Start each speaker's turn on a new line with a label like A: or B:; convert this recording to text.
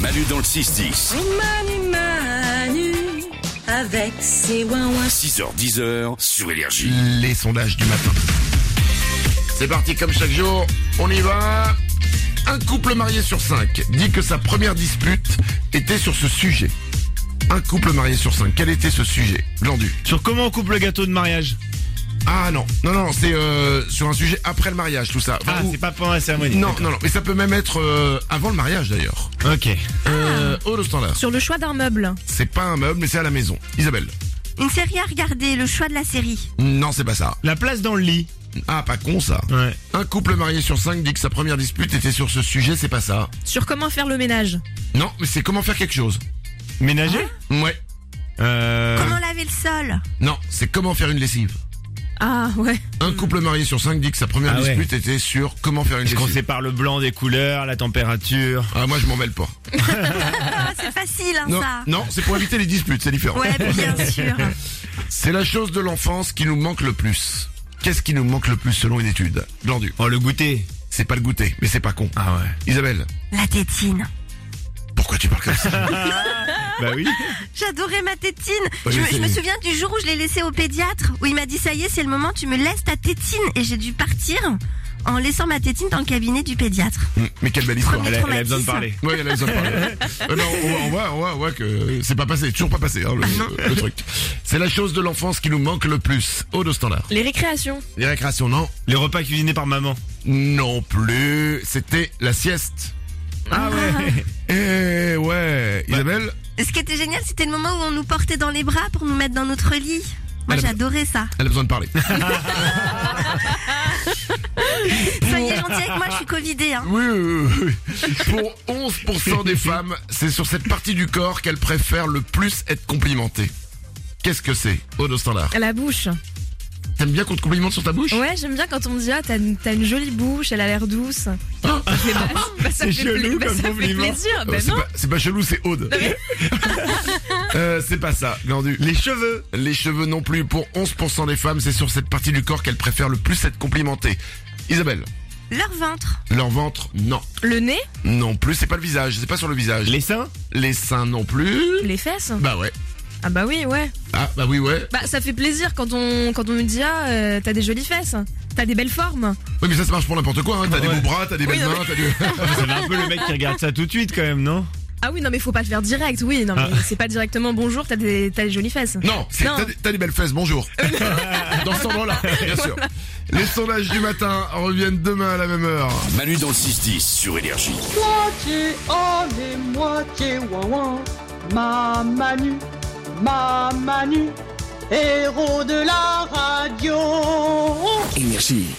A: Manu dans le 6-10.
B: Manu, Manu, avec ses ouin-ouin.
A: 6h-10h sur Énergie.
C: les sondages du matin. C'est parti comme chaque jour, on y va. Un couple marié sur cinq dit que sa première dispute était sur ce sujet. Un couple marié sur cinq, quel était ce sujet Blandu.
D: Sur comment on coupe le gâteau de mariage
C: Ah non, non, non, c'est euh, sur un sujet après le mariage, tout ça. Enfin,
D: Ah,
C: ou-
D: c'est pas pendant la cérémonie.
C: Non, non, non, mais ça peut même être euh, avant le mariage d'ailleurs.
D: Ok.
C: Euh, oh, le standard.
E: Sur le choix d'un meuble.
C: C'est pas un meuble, mais c'est à la maison. Isabelle.
F: Une série à regarder, le choix de la série.
C: Non, c'est pas ça.
D: La place dans le lit.
C: Ah, pas con ça.
D: Ouais.
C: Un couple marié sur cinq dit que sa première dispute était sur ce sujet, c'est pas ça.
E: Sur comment faire le ménage.
C: Non, mais c'est comment faire quelque chose.
D: Ménager
C: Ouais.
D: Euh.
F: Comment laver le sol
C: Non, c'est comment faire une lessive.
E: Ah ouais.
C: Un couple marié sur cinq dit que sa première
D: Hmm. Ah ouais.
C: dispute était sur comment faire une
D: Est-ce qu'on
C: lessive.
D: sépare le blanc des couleurs, la température
C: Ah, moi je m'en mêle pas.
F: Ah, C'est facile, hein,
C: Non,
F: ça.
C: non c'est pour éviter les disputes, c'est différent.
F: Ouais, bien sûr.
C: C'est la chose de l'enfance qui nous manque le plus. Qu'est-ce qui nous manque le plus selon une étude Glandu.
D: Oh, le goûter.
C: C'est pas le goûter, mais c'est pas con.
D: Ah ouais.
C: Isabelle,
F: La tétine.
C: pourquoi tu parles comme ça
D: Bah oui.
F: J'adorais ma tétine.
C: Oui,
F: je, me,
C: mais
F: je me
C: c'est-
F: souviens du jour où je l'ai laissée au pédiatre, où il m'a dit ça y est, c'est le moment, tu me laisses ta tétine. Et j'ai dû partir en laissant ma tétine dans le cabinet du pédiatre.
C: Mais quelle belle histoire.
D: Elle a, elle a besoin de
F: traumatisme.
D: parler.
C: Ouais, elle a besoin de parler. Euh, non, on, voit- on voit, on voit, on voit que c'est pas passé, toujours pas passé, hein, le, le truc. C'est la chose de l'enfance qui nous manque le plus. Haut de standard.
E: Les récréations.
C: Les récréations, non
D: Les repas cuisinés par maman.
C: Non plus. C'était la sieste.
D: Ah ouais.
C: Eh ouais, Isabelle
F: Ce qui était génial, c'était le moment où on nous portait dans les bras pour nous mettre dans notre lit. Moi,
C: Elle a-
F: j'adorais ça.
C: Elle a besoin de parler.
F: Soyez gentils avec moi, je suis covidée. Hein.
C: Oui, oui, oui, oui. Pour 11% des femmes, c'est sur cette partie du corps qu'elles préfèrent le plus être complimentées. Qu'est-ce que c'est Haut de standard.
E: La bouche.
C: T'aimes bien qu'on te complimente sur ta bouche
E: Ouais, j'aime bien quand on me dit ah t'as une, t'as une jolie bouche, elle a l'air douce. Mais bah, bah, ça
D: C'est
E: fait
D: chelou
E: pla- bah,
D: comme
E: ça fait
D: compliment.
E: plaisir.
C: Euh,
E: Bah,
C: c'est
E: non.
C: pas, c'est pas chelou, c'est Aude. Euh, c'est pas ça, Glandu. Les cheveux. Les cheveux non plus. Pour 11% des femmes, c'est sur cette partie du corps qu'elles préfèrent le plus être complimentées. Isabelle,
F: Leur ventre.
C: leur ventre, non.
E: Le nez,
C: Non plus, c'est pas le visage, c'est pas sur le visage.
D: Les seins
C: Les seins non plus.
E: les fesses.
C: Bah ouais.
E: Ah bah oui, ouais.
C: Ah bah oui ouais.
E: Bah ça fait plaisir quand on quand on nous dit ah euh, t'as des jolies fesses, t'as des belles formes.
C: Oui mais ça se marche pour n'importe quoi. Hein. T'as des
D: Ouais.
C: beaux bras, t'as des belles mains, t'as du.
D: Ça va un peu le mec qui regarde ça tout de suite quand même, non
E: Ah oui non mais faut pas le faire direct. Oui non mais
C: Ah.
E: c'est pas directement bonjour t'as des t'as des jolies fesses.
C: Non, c'est-
E: Non.
C: t'as des- t'as des belles fesses, bonjour. Dans ce endroit-là, bien sûr. Les sondages du matin reviennent demain à la même heure.
A: Manu dans le 6-10 sur Énergie.
G: Moitié on est moitié ouin Ma Manu, ma Manu, héros de la radio.
A: Énergie.